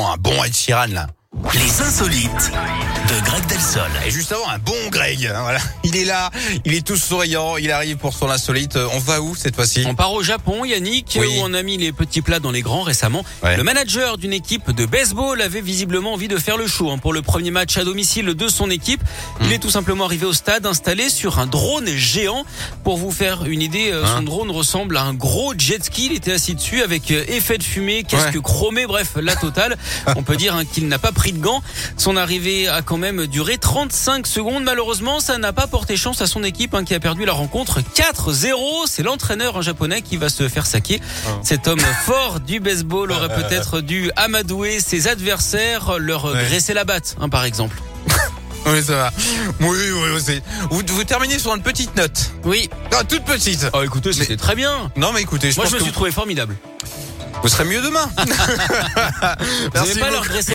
un bon Ed Sheeran là. Les insolites de Greg Delsol. Et juste avant, un bon Greg. hein, voilà. Il est là, il est tout souriant, il arrive pour son insolite. Euh, On va où cette fois-ci On part au Japon, Yannick, Oui. où on a mis les petits plats dans les grands récemment. Ouais. Le manager d'une équipe de baseball avait visiblement envie de faire le show hein, pour le premier match à domicile de son équipe. Hmm. Il est tout simplement arrivé au stade installé sur un drone géant. Pour vous faire une idée, euh, Hein son drone ressemble à un gros jet ski. Il était assis dessus avec euh, effet de fumée, casque Ouais. chromé, bref, la totale. on peut dire hein, qu'il n'a pas pris de gants. Son arrivée a quand même duré 35 secondes. Malheureusement, ça n'a pas porté chance à son équipe hein, qui a perdu la rencontre 4-0. C'est l'entraîneur hein, japonais qui va se faire saquer. Ah. Cet homme fort du baseball aurait peut-être dû amadouer ses adversaires, leur Ouais. graisser la batte, hein, par exemple. Oui, ça va. Oui, oui, oui, c'est- Vous, vous terminez sur une petite note. Oui. Non, toute petite. Oh, écoutez, Mais- c'était très bien. Non, mais écoutez, je Moi, pense je me que suis trouvé formidable. vous, vous serez mieux demain. Vous n'avez pas beaucoup. leur graisser